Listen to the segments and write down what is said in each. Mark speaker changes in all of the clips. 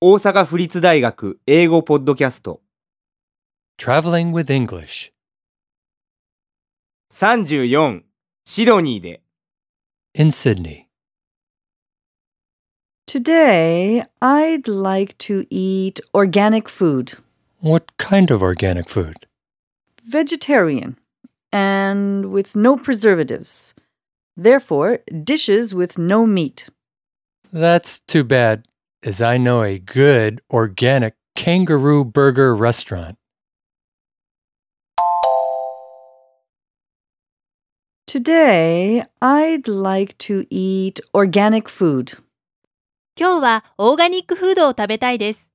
Speaker 1: 大阪府立大学英語ポッドキャスト
Speaker 2: Traveling with English.
Speaker 1: 34シドニーで
Speaker 2: In Sydney.
Speaker 3: Today, I'd like to eat organic food,
Speaker 2: What kind of organic food?
Speaker 3: vegetarian, and with no preservatives. Therefore, dishes with no meat.
Speaker 2: That's too bad, as I know a good organic kangaroo burger restaurant.
Speaker 3: Today, I'd like to eat organic food.
Speaker 4: 今日はオーガニックフードを食べたいです。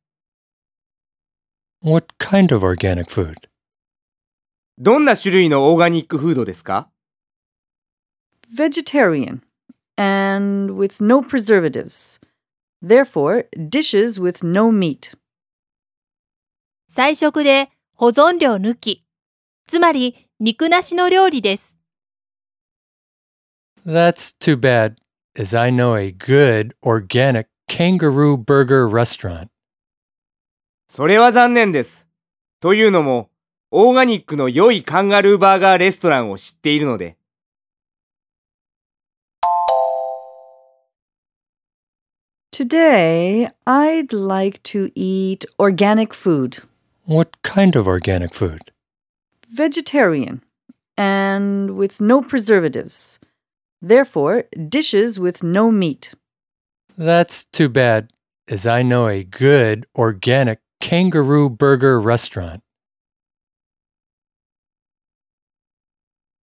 Speaker 2: What kind of organic food?
Speaker 1: どんな種類のオーガニックフードですか
Speaker 3: vegetarian and with no preservatives. Therefore, dishes with no meat.
Speaker 4: 菜食で保存量抜き。つまり肉なしの料理です。
Speaker 2: That's too bad, as I know a good organic kangaroo burger restaurant.
Speaker 1: それは残念です。というのも、オーガニックの良いカンガルーバーガーレストランを知っているので。
Speaker 3: Today, I'd like to eat organic food,
Speaker 2: What kind of organic food?
Speaker 3: vegetarian and with no preservatives. Therefore, dishes with no meat.
Speaker 2: That's too bad, as I know a good organic kangaroo burger restaurant.